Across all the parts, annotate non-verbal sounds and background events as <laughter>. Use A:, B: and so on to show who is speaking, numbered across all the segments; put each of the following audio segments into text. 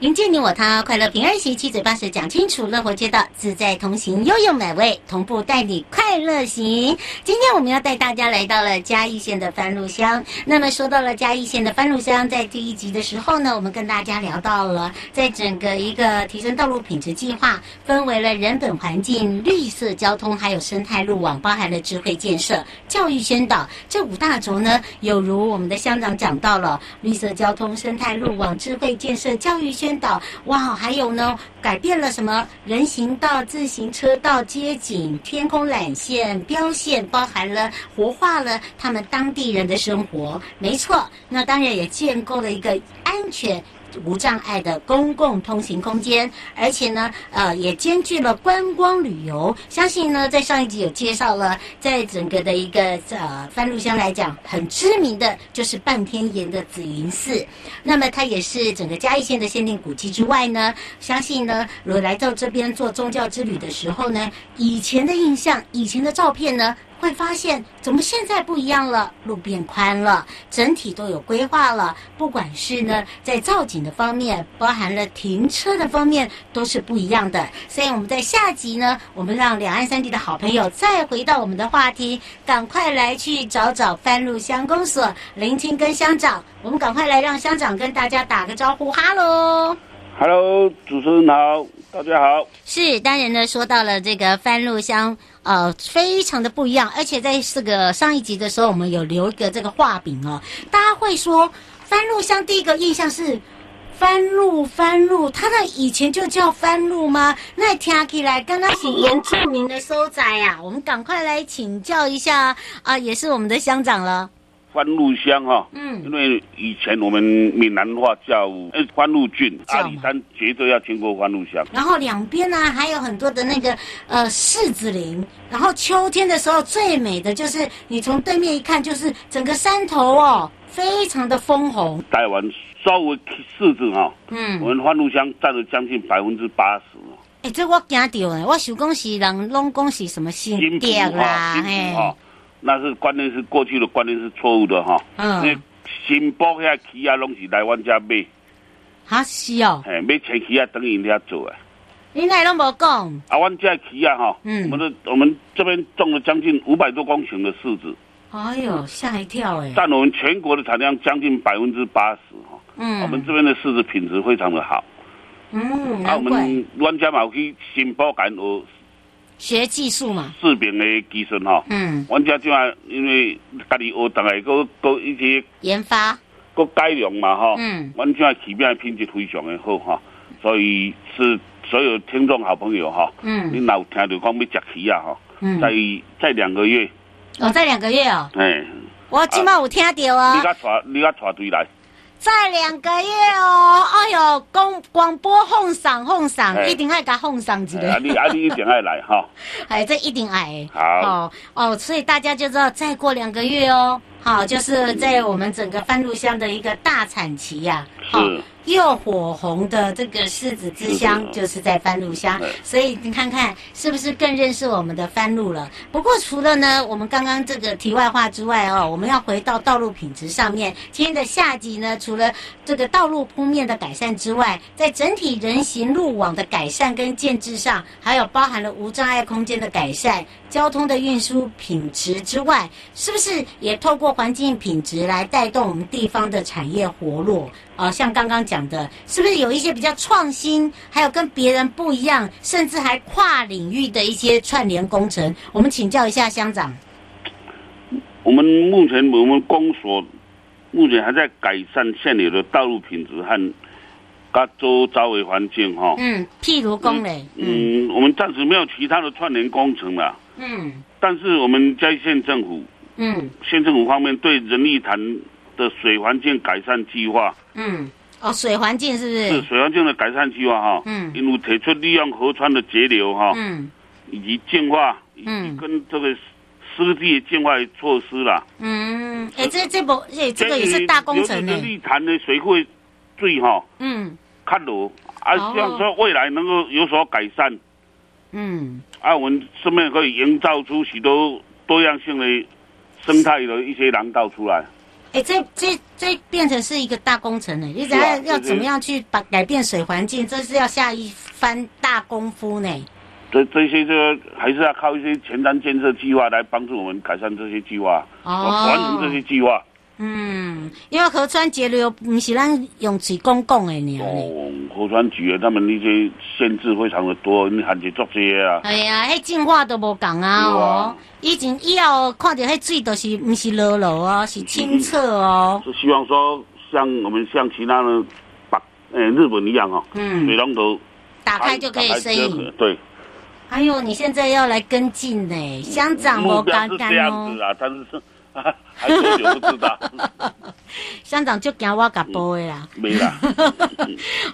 A: 人见你我他，快乐平安行，七嘴八舌讲清楚，乐活街道自在同行，悠悠美味同步带你快乐行。今天我们要带大家来到了嘉义县的番路乡。那么说到了嘉义县的番路乡，在第一集的时候呢，我们跟大家聊到了，在整个一个提升道路品质计划，分为了人本环境、绿色交通，还有生态路网，包含了智慧建设、教育宣导这五大轴呢，有如我们的乡长讲到了绿色交通、生态路网、智慧建设、教育宣导，哇，还有呢，改变了什么人行道、自行车道、街景、天空缆线、标线，包含了活化了他们当地人的生活。没错，那当然也建构了一个安全。无障碍的公共通行空间，而且呢，呃，也兼具了观光旅游。相信呢，在上一集有介绍了，在整个的一个呃番路乡来讲，很知名的就是半天岩的紫云寺。那么它也是整个嘉义县的限定古迹之外呢，相信呢，如果来到这边做宗教之旅的时候呢，以前的印象、以前的照片呢，会发现怎么现在不一样了，路变宽了，整体都有规划了。不管是呢在造景的方面，包含了停车的方面，都是不一样的。所以我们在下集呢，我们让两岸三地的好朋友再回到我们的话题，赶快来去找找番路乡公所林清跟乡长，我们赶快来让乡长跟大家打个招呼，哈喽。
B: Hello，主持人好，大家好。
A: 是，当然呢，说到了这个番路乡，呃，非常的不一样，而且在这个上一集的时候，我们有留一个这个画饼哦，大家会说番路乡第一个印象是番路番路，它那以前就叫番路吗？那听起来刚刚是原住民的收窄呀、啊，我们赶快来请教一下啊、也是我们的乡长了，
B: 番路乡哈、因
A: 嗯，
B: 为以前我们闽南话叫呃番路郡，
A: 叫吗
B: 阿里山绝对要经过番路乡。
A: 然后两边呢、还有很多的那个呃柿子林，然后秋天的时候最美的就是你从对面一看，就是整个山头哦，非常的枫红。
B: 台湾稍微柿子哈、我
A: 嗯，
B: 们番路乡占了将近百分之八十。
A: 哎、这我惊到哎，我想讲是人拢讲是什么新
B: 金浦
A: 店
B: 哈，
A: 啦，
B: 金浦哈，那是观念是过去的观念是错误的哈、因为
A: 嗯，
B: 新埔遐起啊，拢是来阮家买，
A: 哈是哦，
B: 嘿，买前起啊等于遐做的。
A: 你那拢无讲，
B: 啊，阮家起啊哈，
A: 嗯
B: 我们的我们这边种了将近五百多公顷的柿子，
A: 哎呦吓一跳哎，
B: 占我们全国的产量将近百分之八十哈。
A: 嗯，
B: 我们这边的柿子品质非常的好，
A: 嗯
B: 啊，我
A: 难怪
B: 们阮家嘛有去新埔干学
A: 学技术嘛，
B: 柿饼的技术哈。
A: 嗯，
B: 阮家即啊，因为家己学，大家个个一些
A: 研发，
B: 个改良嘛哈。
A: 嗯
B: 阮家起饼的品质非常的好哈，所以是所有听众好朋友哈，你
A: 嗯
B: 若有听到讲要食起啊哈，
A: 嗯，
B: 在在两个月，
A: 哦，在两个月哦，
B: 哎，
A: 我今晚有听到啊。
B: 你甲带你甲带队来，
A: 再两个月哦，哎呦，广广播奉上奉上，
B: 哎
A: 一定爱甲奉上一
B: 哎啊
A: 个，
B: 你啊你一定要来哈。
A: 哎，这一定爱的。
B: 好，
A: 哦哦，所以大家就知道，再过两个月哦，好，就是在我们整个番路乡的一个大产期呀、
B: 是嗯
A: 好、又火红的这个柿子之
B: 是
A: 乡
B: 的
A: 就是在番路乡
B: 对，
A: 所以你看看是不是更认识我们的番路了？不过除了呢，我们刚刚这个题外话之外哦，我们要回到道路品质上面。今天的下集呢，除了这个道路铺面的改善之外，在整体人行路网的改善跟建制上，还有包含了无障碍空间的改善、交通的运输品质之外，是不是也透过环境品质来带动我们地方的产业活络？啊，像刚刚讲的，是不是有一些比较创新，还有跟别人不一样，甚至还跨领域的一些串联工程？我们请教一下乡长。
B: 我们目前我们公所目前还在改善现有的道路品质和甲周遭的环境哈。
A: 嗯，譬如工磊，嗯
B: 嗯，我们暂时没有其他的串联工程了，
A: 嗯
B: 但是我们嘉义县政府
A: 嗯
B: 县政府方面对仁义潭的水环境改善计划，
A: 嗯，哦，水环境是不
B: 是
A: 是？
B: 水环境的改善计划哈，
A: 嗯
B: 因为提出利用河川的节流哈，
A: 嗯
B: 以及净化，以及
A: 嗯
B: 跟这个湿地的净化措施啦。
A: 嗯，哎、这这不，哎、这个也是大工程呢、欸
B: 仁义潭的水会最哈
A: 嗯
B: 看楼，啊，
A: 哦
B: 希望说未来能够有所改善，
A: 嗯
B: 啊，我们顺便可以营造出许多多样性的生态的一些廊道出来。
A: 哎，这这这变成是一个大工程呢，你
B: 是
A: 想
B: 啊
A: 要要
B: 就是
A: 怎么样去把改变水环境，这是要下一番大功夫呢。
B: 这这些这还是要靠一些前瞻建设计划来帮助我们改善这些计划，
A: 哦
B: 完成这些计划。
A: 嗯，因为河川截流不是咱用嘴讲讲的呢。
B: 哦，河川局啊，他们那些限制非常的多，你喊去做这些啊，
A: 哎呀，迄进化都无共啊
B: 对
A: 哦
B: 啊，
A: 以前以后看到迄水都是毋是落落哦，是清澈哦。
B: 是希望说像我们像其他的北呃日本一样哦，水
A: 嗯，
B: 龙头
A: 打开就可以生
B: 打开就
A: 饮。
B: 可对，
A: 哎呦，你现在要来跟进呢，乡长
B: 目
A: 无
B: 标
A: 干
B: 嗯是
A: 干
B: 这样
A: 哦
B: 子，啊， <laughs> 但是还多久不知道， <laughs>
A: 乡长就惊我甲报的啦。
B: 没啦。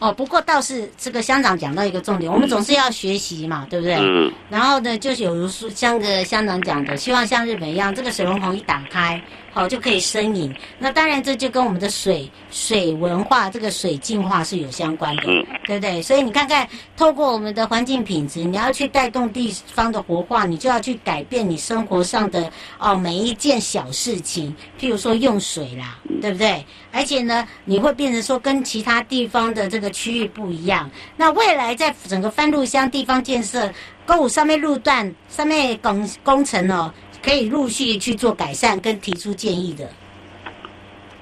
A: 哦，不过倒是这个乡长讲到一个重点，我们总是要学习嘛， <laughs> 对不对？
B: 嗯，
A: 然后呢，就是有如说像个香港讲的，希望像日本一样，这个水龙头一打开，好、就可以生饮。那当然，这就跟我们的水水文化、这个水净化是有相关的，
B: 嗯
A: 对不对？所以你看看，透过我们的环境品质，你要去带动地方的活化，你就要去改变你生活上的哦每一件小事情，譬如说用水啦，对不对？而且呢，你会变成说跟其他地方的这个区域不一样。那未来在整个番路乡地方建设购物上面路段上面工工程哦，可以陆续去做改善跟提出建议的。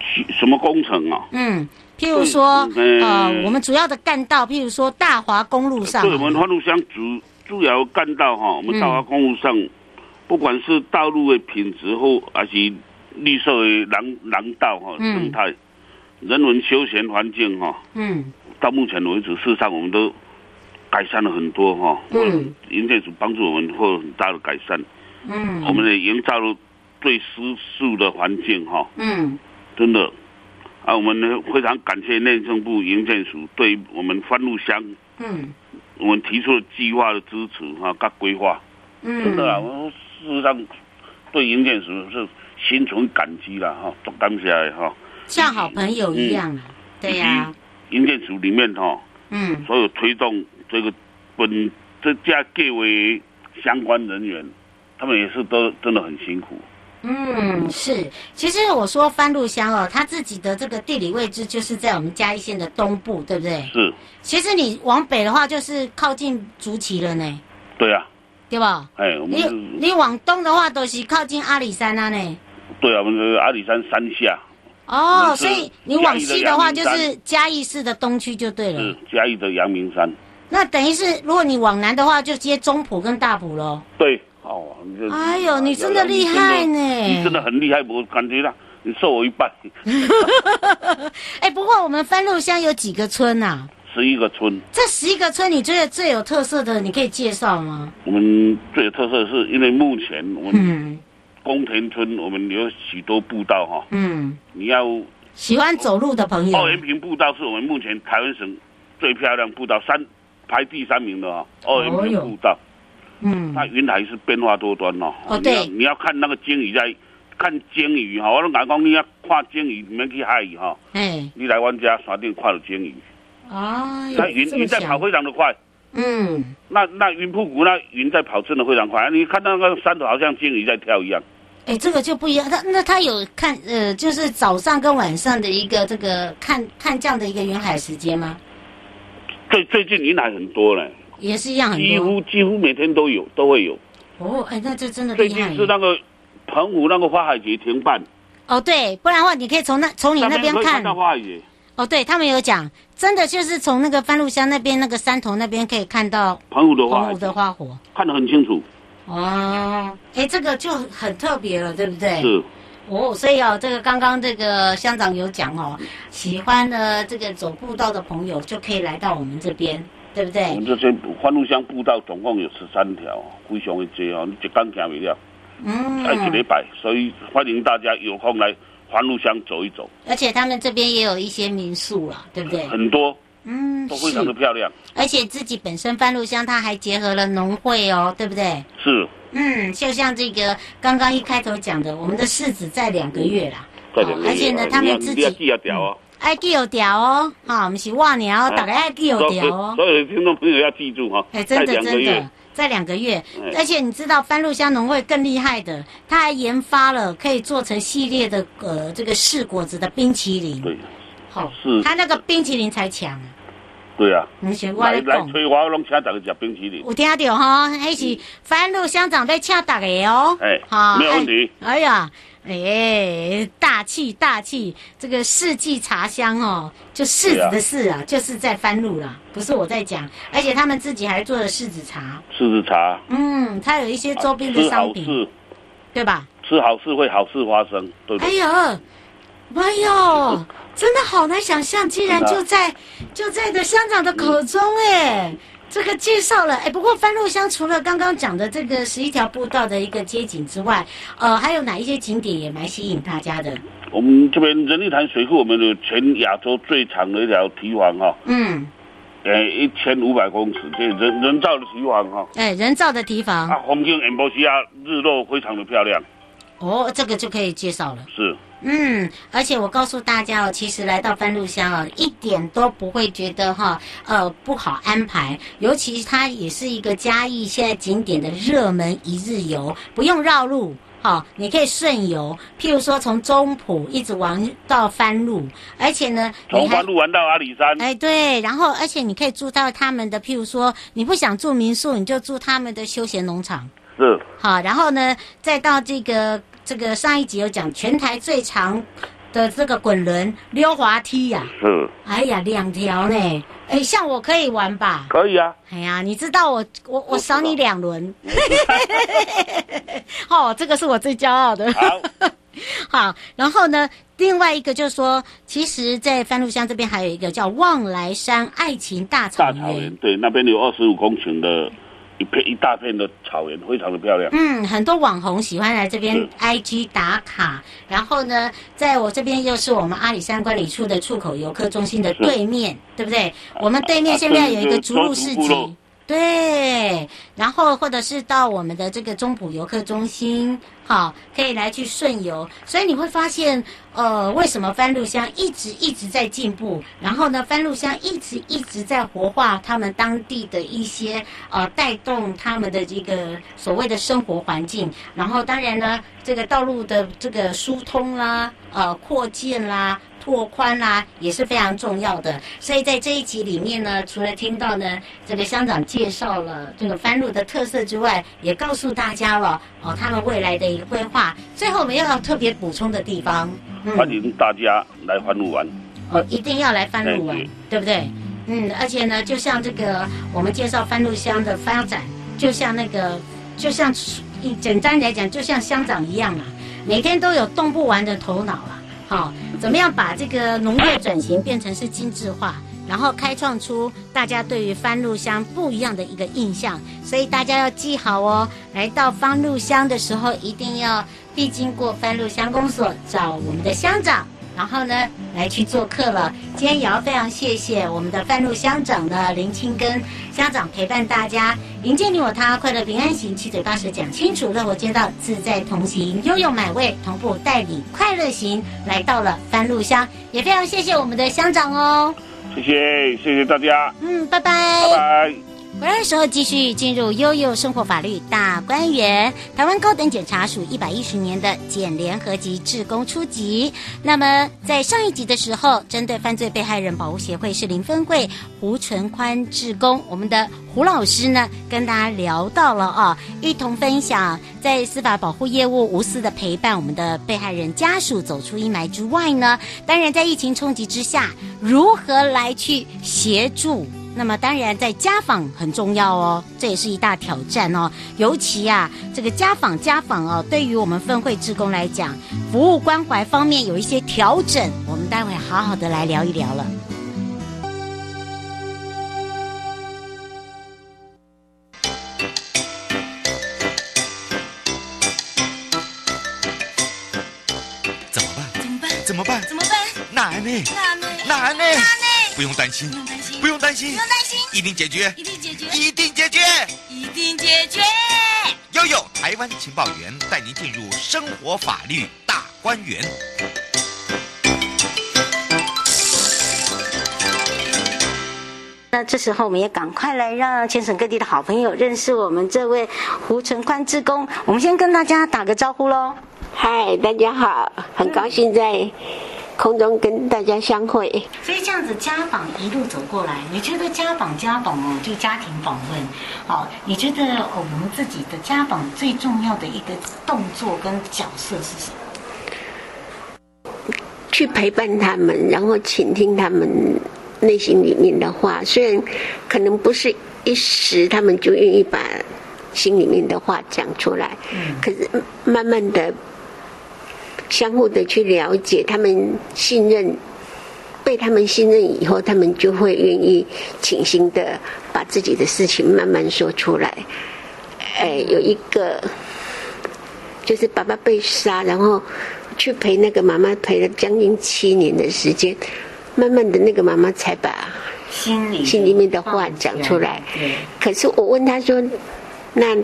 B: 去什么工程啊？
A: 嗯，譬如说，
B: 嗯
A: 呃，
B: 嗯
A: 我们主要的干道，譬如说大华公路上，
B: 对，我们花鹿乡主主要干道哈，我们
A: 嗯
B: 大华公路上，不管是道路的品质或还是绿色的廊廊道哈，
A: 嗯
B: 生态、人文休闲环境哈，
A: 嗯
B: 到目前为止，事实上我们都改善了很多哈。
A: 嗯，
B: 营建署帮助我们会有很大的改善，
A: 嗯，
B: 我们也营造了最舒适的环境哈，
A: 嗯
B: 真的。啊，我们非常感谢内政部营建署对我们番路乡
A: 嗯
B: 我们提出了计划的支持哈，跟规划，真的啊，
A: 嗯，
B: 我事实上对营建署是心存感激啦哈，都感谢的哈。
A: 像好朋友一样
B: 嗯
A: 啊，对呀，
B: 营建署里面哈，
A: 嗯
B: 所有推动这个本这家计为相关人员，他们也是都真的很辛苦。
A: 嗯是。其实我说番路乡哦，它自己的这个地理位置就是在我们嘉义县的东部，对不对？
B: 是，
A: 其实你往北的话，就是靠近竹崎了呢，
B: 对啊，
A: 对吧？
B: 哎，我们
A: 你
B: 是，
A: 你往东的话，都是靠近阿里山啊呢。
B: 对啊，我们这个阿里山山下
A: 哦，
B: 那是
A: 所以你往西的话，
B: 嘉
A: 就
B: 义的阳明山
A: 是嘉义市的东区就对
B: 是
A: 了。
B: 嘉义的阳明山，
A: 那等于是，如果你往南的话，就接中埔跟大埔喽。
B: 对，哦，你这
A: 哎呦，你真的厉害呢！
B: 你真的很厉害，我感觉到你受我一拜。
A: 哎，不过我们番路乡有几个村啊？
B: 十一个村，
A: 这十一个村，你觉得最有特色的，你可以介绍吗？
B: 我们最有特色的是因为目前我们
A: 嗯
B: 宫田村，我们有许多步道哈、
A: 嗯，
B: 你要
A: 喜欢走路的朋友
B: 奥，原平步道是我们目前台湾省最漂亮步道，三排第三名的哈、哦。奥原
A: 哦
B: 平
A: 哟
B: 步道，
A: 嗯
B: 它云海是变化多端哦。
A: 哦
B: 你要
A: 对
B: 你要看那个鲸鱼在看鲸鱼哈、我都敢讲你要看鲸鱼，你们去海鱼哈、
A: 哎，
B: 你来湾家山顶看到鲸鱼，
A: 啊，
B: 那云
A: 这么
B: 云在跑
A: 想，
B: 非常的快。
A: 嗯，
B: 那那云瀑谷那云在跑真的非常快，你看到那个山头好像鲸鱼在跳一样。
A: 哎，这个就不一样。那那他有看呃，就是早上跟晚上的一个这个看看这样的一个云海时间吗？
B: 最最近云海很多嘞，
A: 也是一样很
B: 几
A: 多
B: 乎几乎每天都有都会有。
A: 哦，哎，那这真的
B: 最
A: 厉
B: 近
A: 害
B: 是那个澎湖那个花海节停办，
A: 哦，对，不然的话你可以从那从你那边
B: 可以
A: 看
B: 看到花海节，
A: 哦，对他们有讲，真的就是从那个番路乡那边那个山头那边可以看到
B: 澎湖的花
A: 澎
B: 海
A: 湖
B: 节
A: 的花火
B: 看得很清楚，
A: 哦，哎，这个就很特别了，对不对？
B: 是
A: 哦，所以哦，这个刚刚这个乡长有讲哦，喜欢呢这个走步道的朋友就可以来到我们这边，对不
B: 我
A: 对
B: 们？这些欢路乡步道总共有十三条，非常的多哦，你一天行不了，要一礼
A: 嗯，
B: 拜，所以欢迎大家有空来欢路乡走一走，
A: 而且他们这边也有一些民宿啦，对不对？
B: 很多
A: 嗯，
B: 都非常的
A: 是，
B: 漂亮，
A: 而且自己本身番路乡它还结合了农会哦，对不对？
B: 是
A: 嗯，就像这个刚刚一开头讲的，我们的柿子在两个月啦，
B: 快点
A: 哦
B: 来。
A: 而且呢
B: 哎
A: 他们
B: 你要
A: 自己
B: 你要记要掉哦，
A: 爱叫条哦，啊、我们是哇鸟，大家爱叫
B: 所
A: 条
B: 有
A: 哦。
B: 所有的听众朋友要记住哈，
A: 哎，真
B: 在
A: 的
B: 两个
A: 真
B: 月
A: 的，在两个月
B: 嗯。
A: 而且你知道番路香农会更厉害的，他还研发了可以做成系列的呃这个试果子的冰淇淋。
B: 对
A: 好
B: 是
A: 他那个冰淇淋才强。
B: 对啊，
A: 你是我
B: 来
A: 来
B: 来
A: 讲，
B: 催我，我拢请大家食冰淇淋。
A: 有听到哈？那是番路乡长在请大家哦。
B: 嗯哎
A: 哈
B: 没有问题
A: 哎哎呀，哎，大气大气，这个世纪茶香哦，就柿子的柿啊，就是在番路啦，不是我在讲。而且他们自己还做了柿子茶，
B: 试试茶，
A: 嗯，它有一些周边的
B: 吃
A: 商
B: 啊好
A: 品，
B: 事，
A: 对吧？
B: 吃好事会好事发生，对不
A: 哎
B: 对？
A: 呦，哎呦，真的好难想象，竟然就在就在的乡长的口中哎。这个介绍了，哎，不过番路乡除了刚刚讲的这个十一条步道的一个街景之外，呃，还有哪一些景点也蛮吸引大家的？
B: 我们这边仁义潭水库，我们有全亚洲最长的一条堤防哈，
A: 嗯，
B: 呃，一千五百公尺，这人人造的堤防哈，
A: 哎，人造的堤防
B: 啊，风景眼波西亚啊日落非常的漂亮，
A: 哦，这个就可以介绍了。
B: 是
A: 嗯，而且我告诉大家哦，其实来到番路乡哦，一点都不会觉得哈、呃不好安排，尤其它也是一个嘉义现在景点的热门一日游，不用绕路。好、你可以顺游，譬如说从中埔一直玩到番路，而且呢，你
B: 从
A: 还
B: 番路玩到阿里山，
A: 哎，对，然后而且你可以住到他们的，譬如说你不想住民宿，你就住他们的休闲农场。
B: 是
A: 好，然后呢，再到这个这个上一集有讲全台最长的这个滚轮溜滑梯呀、
B: 是
A: 哎呀，两条呢，哎，像我可以玩吧？
B: 可以啊，
A: 哎呀，你知道我我我
B: 我知道
A: 少你两轮， <laughs> 哦，这个是我最骄傲
B: <laughs>
A: 的。
B: 好，
A: 好，然后呢，另外一个就是说，其实，在番路乡这边还有一个叫望来山爱情大草
B: 大
A: 原。
B: 草原，对，那边有二十五公顷的一片一大片的草原，非常的漂亮，
A: 嗯，很多网红喜欢来这边
B: 是
A: IG 打卡，然后呢，在我这边又是我们阿里山管理处的出口游客中心的
B: 是
A: 对面，对不对？我
B: 啊
A: 们对面现在有一个竹鹿市
B: 中竹部
A: 集
B: 落，
A: 对，然后或者是到我们的这个中埔游客中心，好，可以来去顺游。所以你会发现，呃，为什么番路乡一直一直在进步？然后呢，番路乡一直一直在活化他们当地的一些呃，带动他们的这个所谓的生活环境。然后当然呢，这个道路的这个疏通啦，呃，扩建啦。拓宽啦、也是非常重要的。所以在这一集里面呢，除了听到呢这个乡长介绍了这个番路的特色之外，也告诉大家了哦他们未来的一个规划。最后我们又要特别补充的地方，
B: 欢
A: 嗯，
B: 迎大家来番路玩，
A: 哦一定要来番路玩
B: 对对，
A: 对不对？嗯，而且呢，就像这个我们介绍番路乡的发展，就像那个，就像一简单来讲，就像乡长一样啊，每天都有动不完的头脑啊。好、怎么样把这个农业转型变成是精致化，然后开创出大家对于番路乡不一样的一个印象？所以大家要记好哦，来到番路乡的时候，一定要必经过番路乡公所找我们的乡长。然后呢，来去做客了。今天也要非常谢谢我们的番路乡长呢林清根乡长陪伴大家，迎接你我他，快乐平安行，七嘴八舌讲清楚，乐活街道自在同行，悠悠买味同步带你快乐行。来到了番路乡，也非常谢谢我们的乡长哦。
B: 谢谢谢谢大家，
A: 嗯，拜
B: 拜拜。
A: 回来的时候，继续进入悠悠生活法律大观园。台湾高等检察署一百一十年的检联合及志工初级。那么，在上一集的时候，针对犯罪被害人保护协会是林分会胡纯宽志工，我们的胡老师呢，跟大家聊到了啊，一同分享在司法保护业务无私的陪伴我们的被害人家属走出阴霾之外呢，当然在疫情冲击之下，如何来去协助那么当然，在家访很重要哦，这也是一大挑战哦。尤其啊，这个家访家访哦，对于我们分会职工来讲，服务关怀方面有一些调整，我们待会好好的来聊一聊了。
C: 怎么办？
D: 怎
C: 怎么
D: 么办？
C: 办？
D: 怎么办？
C: 哪安呢？
D: 那呢？
C: 哪安呢？
D: 呢？
C: 不用担心
D: 不，用担心，
C: 不用担心
D: 不用，担心，
C: 一定解决，
D: 一定解决，
C: 一定解决。
D: 一定解决。
C: 悠悠台湾情报员带您进入生活法律大观园。
A: 那
E: 呢，这时候我们也赶快来让全省各地的好朋友认识我们这位胡存宽志工。我们先跟大家打个招呼喽。
F: 嗨，大家好，很高兴在空中跟大家相会。
A: 所以这样子家访一路走过来，你觉得家访家访哦，就家庭访问，哦，你觉得哦我们自己的家访最重要的一个动作跟角色是什么？
F: 去陪伴他们，然后倾听他们内心里面的话。虽然可能不是一时他们就愿意把心里面的话讲出来，可是慢慢的相互的去了解，他们信任。被他们信任以后，他们就会愿意倾心的把自己的事情慢慢说出来。哎，有一个就是爸爸被杀，然后去陪那个妈妈陪了将近七年的时间，慢慢的那个妈妈才把
A: 心里
F: 心里面的话讲出来
A: 对。
F: 可是我问他说，那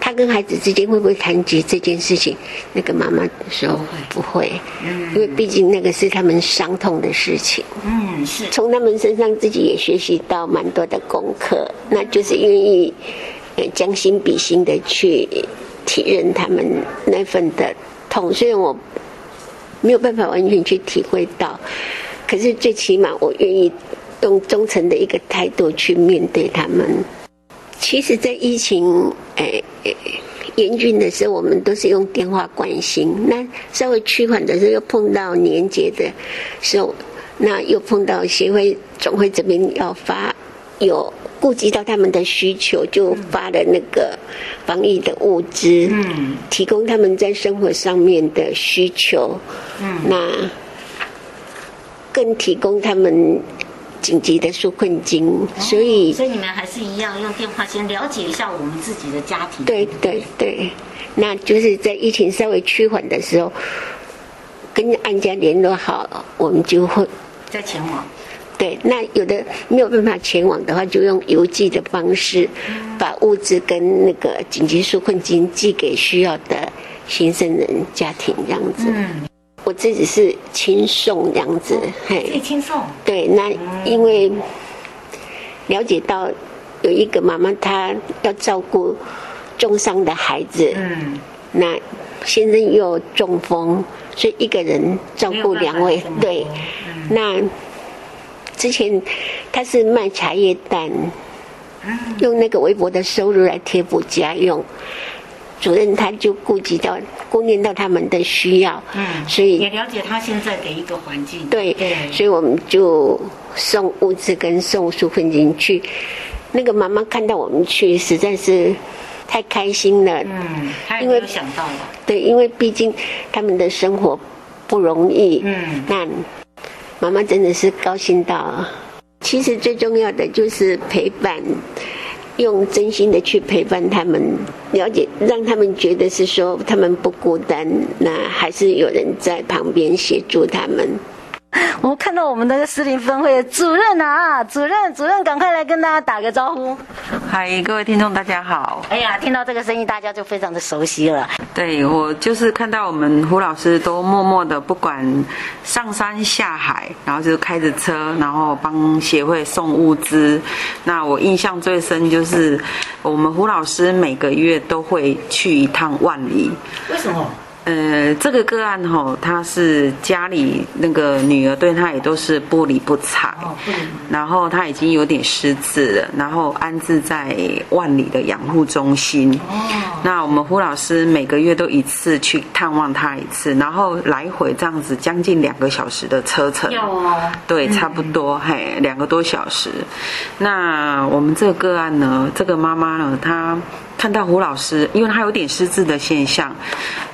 F: 他跟孩子之间会不会谈及这件事情？那个妈妈说不会，因为毕竟那个是他们伤痛的事情。
A: 嗯，是
F: 从他们身上自己也学习到蛮多的功课，那就是愿意呃将心比心的去体认他们那份的痛。虽然我没有办法完全去体会到，可是最起码我愿意用忠诚的一个态度去面对他们。其实，在疫情诶、呃严峻的时候，我们都是用电话关心。那稍微趋缓的时候，又碰到年节的时候，那又碰到协会总会这边要发，有顾及到他们的需求，就发了那个防疫的物资，
A: 嗯，
F: 提供他们在生活上面的需求，嗯，那更提供他们紧急的纾困金，所以
A: 所以你们还是一样用电话先了解一下我们自己的家庭。
F: 对对对，那就是在疫情稍微趋缓的时候，跟安家联络好，我们就会
A: 在前往。
F: 对。那有的没有办法前往的话，就用邮寄的方式，把物资跟那个紧急纾困金寄给需要的新生人家庭这样子。
A: 嗯，哦
F: 我自己是亲送这样子，嘿。
A: 最哎轻松。
F: 对，那因为了解到有一个妈妈，她要照顾重伤的孩子，
A: 嗯，
F: 那先生又中风，所以一个人照顾两位
A: 没有办法这么，多嗯
F: 对，那之前他是卖茶叶蛋，用那个微薄的收入来贴补家用。主任他就顾及到、顾念到他们的需要，
A: 嗯
F: 所以
A: 也了解他现在的一个环境。
F: 对，
A: 对，
F: 所以我们就送物资跟送纾困金去。那个妈妈看到我们去，实在是太开心了。
A: 嗯，他也
F: 因
A: 没
F: 为
A: 有想到了。
F: 对，因为毕竟他们的生活不容易。
A: 嗯
F: 那妈妈真的是高兴到。其实最重要的就是陪伴，用真心的去陪伴他们，了解让他们觉得是说他们不孤单，那还是有人在旁边协助他们。
E: 我看到我们的四林分会的主任啊，主任，主任，赶快来跟大家打个招呼。
G: 嗨，各位听众，大家好。
E: 哎呀，听到这个声音，大家就非常的熟悉了。
G: 对我就是看到我们胡老师都默默的，不管上山下海，然后就是开着车，然后帮协会送物资。那我印象最深就是，我们胡老师每个月都会去一趟万里。
A: 为什么？
G: 呃，这个个案吼、他是家里那个女儿对他也都是不理不睬。
A: 哦，不能。
G: 然后他已经有点失智了，然后安置在万里的养护中心。
A: 哦，
G: 那我们胡老师每个月都一次去探望他一次，然后来回这样子将近两个小时的车程。
A: 要哦。
G: 对，差不多，嘿，两个多小时。那我们这个个案呢，这个妈妈呢，她看到胡老师，因为她有点失智的现象，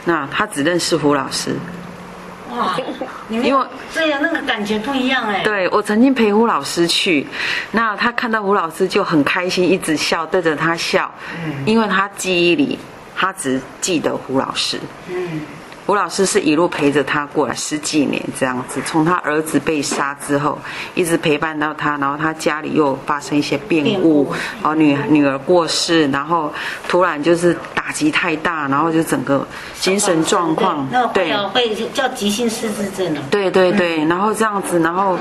G: 那她只认识胡老师，
A: 哇，你们
G: 因为
A: 对呀，那个感觉不一样哎。
G: 对我曾经陪胡老师去，那他看到胡老师就很开心，一直笑，对着他笑，
A: 嗯
G: 因为他记忆里他只记得胡老师。
A: 嗯，
G: 胡老师是一路陪着他过来十几年这样子，从他儿子被杀之后，一直陪伴到他，然后他家里又发生一些变
A: 变
G: 故
A: 故，
G: 然后女女儿过世，然后突然就是打击太大，然后就整个精神状况
A: 对那，会
G: 对。
A: 有会叫急性失智症了。
G: 对对对，然后这样子，然后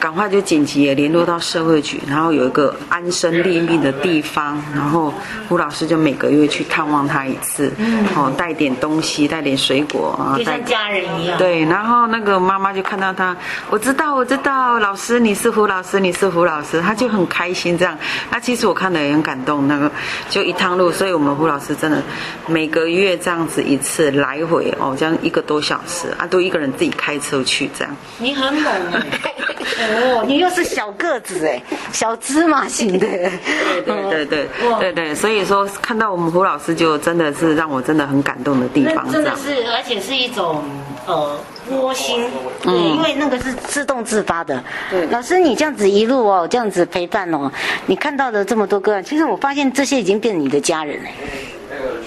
G: 赶快就紧急也联络到社会局，然后有一个安身立命的地方，然后胡老师就每个月去探望他一次，哦，带点东西，带点水果啊，
H: 就
G: 带
H: 像家人一样。
E: <laughs>
G: 对，然后那个妈妈就看到他，我知道，我知道，老师你是胡老师，你是胡老师，他就很开心这样。那其实我看的也很感动，那个就一趟路，所以我们胡老师真的每个月这样子一次来回哦，这样一个多小时啊，都一个人自己开车去这样。
H: 你很猛哎、
E: 哦，你又是小个子哎，小芝麻型的，
G: 对对对
H: 哦哇
G: 对对，所以说看到我们胡老师就真的是让我真的很感动的地方
H: 那
G: 这
H: 真
G: 样
H: 的。是，而且是一种呃窝心。
E: 对，因为那个是自动自发的。对，老师，你这样子一路哦，这样子陪伴哦，你看到的这么多个案，其实我发现这些已经变你的家人了。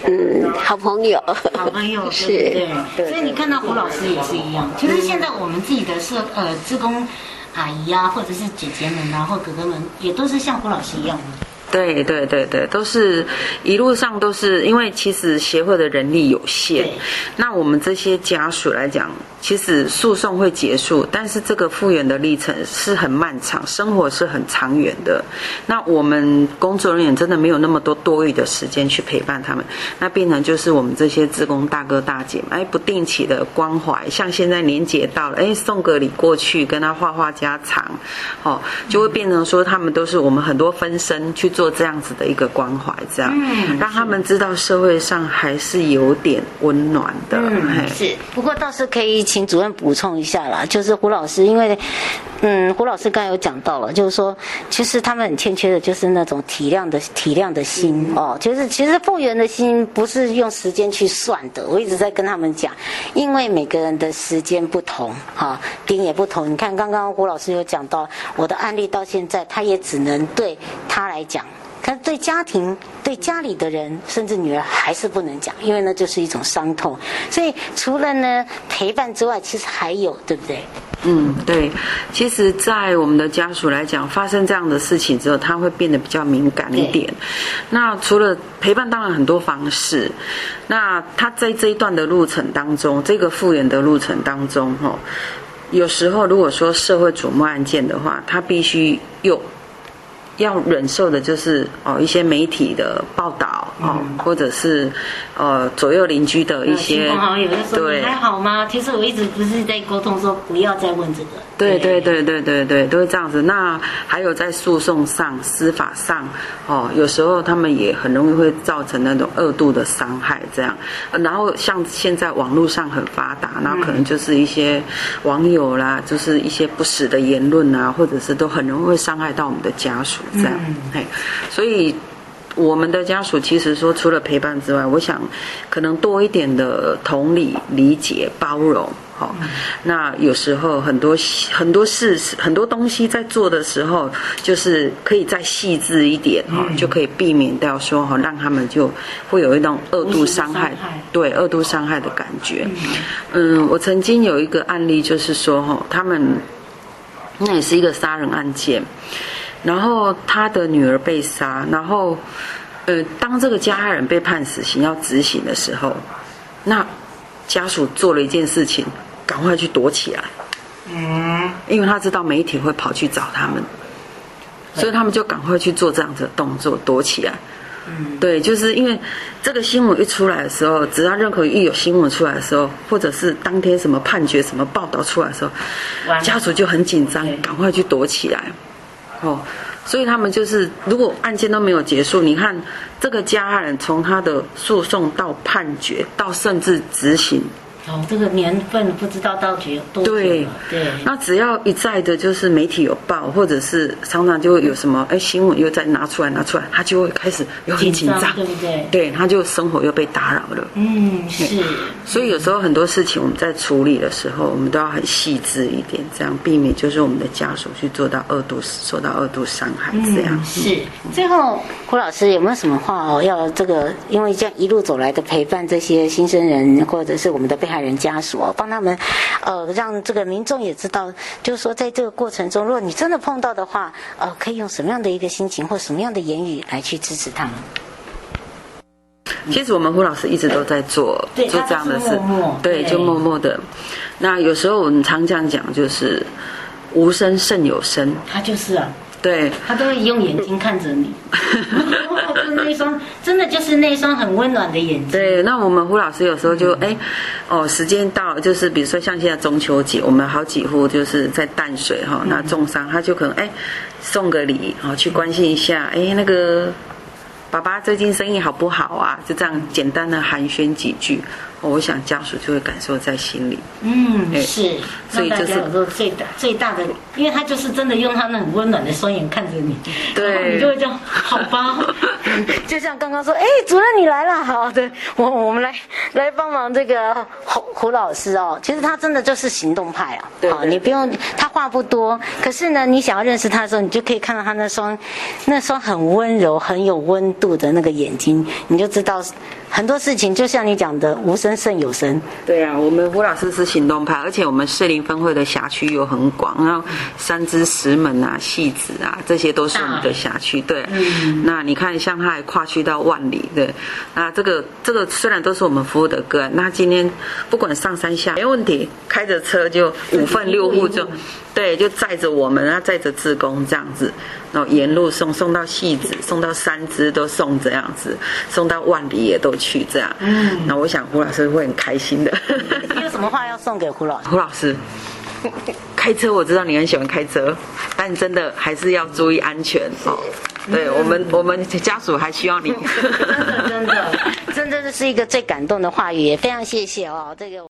F: 嗯，好朋友，
H: 好朋友，
F: 是
H: 对不对？
E: 对
H: 所以你看到胡老师也是一样。其实现在我们自己的社呃职工阿姨啊，或者是姐姐们啊，或哥哥们，也都是像胡老师一样的。
G: 对对对对，都是一路上都是因为其实协会的人力有限
H: 对，
G: 那我们这些家属来讲，其实诉讼会结束，但是这个复原的历程是很漫长，生活是很长远的。那我们工作人员真的没有那么多多余的时间去陪伴他们，那变成就是我们这些志工大哥大姐们，哎，不定期的关怀，像现在年节到了，哎，送个礼过去，跟他画画家常，哦，就会变成说他们都是我们很多分身去做这样子的一个关怀，这样，嗯，让他们知道社会上还是有点温暖的，嘿，
E: 是，不过倒是可以请主任补充一下啦，就是胡老师，因为，嗯，胡老师刚才有讲到了，就是说，其实他们很欠缺的就是那种体谅的体谅的心、哦，就是其实复原的心不是用时间去算的，我一直在跟他们讲，因为每个人的时间不同，哈、点也不同。你看刚刚胡老师有讲到，我的案例到现在，他也只能对他来讲。可是对家庭、对家里的人，甚至女儿还是不能讲，因为那就是一种伤痛。所以除了呢陪伴之外，其实还有，对不对？
G: 嗯，对，其实，在我们的家属来讲，发生这样的事情之后，他会变得比较敏感一点。那除了陪伴，当然很多方式。那他在这一段的路程当中，这个复原的路程当中，哈、有时候如果说社会瞩目案件的话，他必须有要忍受的就是哦一些媒体的报道哦，或者是呃左右邻居的一些、
H: 亲朋好友就说
G: 对
H: 你还好吗？其实我一直不是在沟通说不要再问这个。
G: 对对对对对对，都是这样子。那还有在诉讼上、司法上，哦，有时候他们也很容易会造成那种二度的伤害，这样。呃然后像现在网络上很发达，那可能就是一些网友啦，就是一些不实的言论啊，或者是都很容易会伤害到我们的家属，这样。哎，所以我们的家属其实说，除了陪伴之外，我想可能多一点的同理、理解、包容。好、那有时候很多很多事、很多东西在做的时候，就是可以再细致一点哈、就可以避免掉说哈、让他们就会有一种恶度伤
H: 无
G: 害
H: 形的伤害
G: 对二度伤害的感觉。嗯，我曾经有一个案例，就是说哈，他们那也是一个杀人案件，然后他的女儿被杀，然后呃，当这个加害人被判死刑要执行的时候，那家属做了一件事情，赶快去躲起来。因为他知道媒体会跑去找他们，所以他们就赶快去做这样子的动作，躲起来。
H: 嗯
G: 对，就是因为这个新闻一出来的时候，只要任何一有新闻出来的时候，或者是当天什么判决、什么报道出来的时候
H: 完，了
G: 家属就很紧张
H: 对，
G: 赶快去躲起来。哦，所以他们就是，如果案件都没有结束，你看这个加害人从他的诉讼到判决，到甚至执行，
H: 哦，这个年份不知道到底有多久
G: 对
H: 了。对，
G: 那只要一再的，就是媒体有报，或者是常常就会有什么哎新闻又再拿出来拿出来，他就会开始又很紧张，
H: 对不对？
G: 对，他就生活又被打扰了。
H: 嗯，是。
G: 所以有时候很多事情我们在处理的时候，我们都要很细致一点，这样避免就是我们的家属去做到二度受到二度伤害这样。
H: 嗯，是。
E: 最后，胡老师有没有什么话哦？要这个，因为这样一路走来的陪伴这些新生人，或者是我们的被害人家属哦，帮他们，呃，让这个民众也知道，就是说在这个过程中，如果你真的碰到的话，呃，可以用什么样的一个心情或什么样的言语来去支持他们？
G: 其实我们胡老师一直都在做
H: 对
G: 做这样的事
H: 他都是默默，
G: 对，
H: 对
G: 就默默的。那有时候我们常这样讲，就是无声胜有声。
E: 他就是啊，
G: 对，
E: 他都会用眼睛看着你，哦就那一双，真的就是那一双很温暖的眼睛。
G: 对，那我们胡老师有时候就哎、哦，时间到了，就是比如说像现在中秋节，我们好几户就是在淡水哈、那重伤他就可能哎送个礼，哦，去关心一下，哎那个爸爸最近生意好不好啊？就这样简单的寒暄几句，哦、我想家属就会感受在心里。
E: 嗯，
G: 哎
E: 是，
G: 所以
E: 让大
G: 就是
E: 家有时候最大最大的，因为他就是真的用他那很温暖的双眼看着你，
G: 对
E: 然后你就会这样，好吧，
A: 就像刚刚说，哎、主任你来了，好的，我我们来来帮忙这个胡胡老师哦。其实他真的就是行动派啊，
G: 对
A: 好，
G: 对
A: 你不用他话不多，可是呢，你想要认识他的时候，你就可以看到他那双那双很温柔、很有温度的那个眼睛，你就知道很多事情，就像你讲的，无声胜有声。
G: 对啊，我们胡老师是行动派，而且我们士林分会的辖区又很广，然后三支、石门啊、戏子啊，这些都是我们的辖区。对，啊那你看，像他还跨区到万里，对，那这个这个虽然都是我们服务的个案，那今天不管上山下没问题，开着车就五份六户就，对，就载着我们，然后啊载着志工这样子，然后沿路送送到戏子，送到三支都送这样子，送到万里也都去这样。嗯，那我想胡老师会很开心的。
A: 你有什么话要送给胡老师？ <laughs>
G: 胡老师，开车我知道你很喜欢开车，但真的还是要注意安全哦。对我们，我们家属还需要你。
A: 真的，真的这是一个最感动的话语，也非常谢谢哦，这个。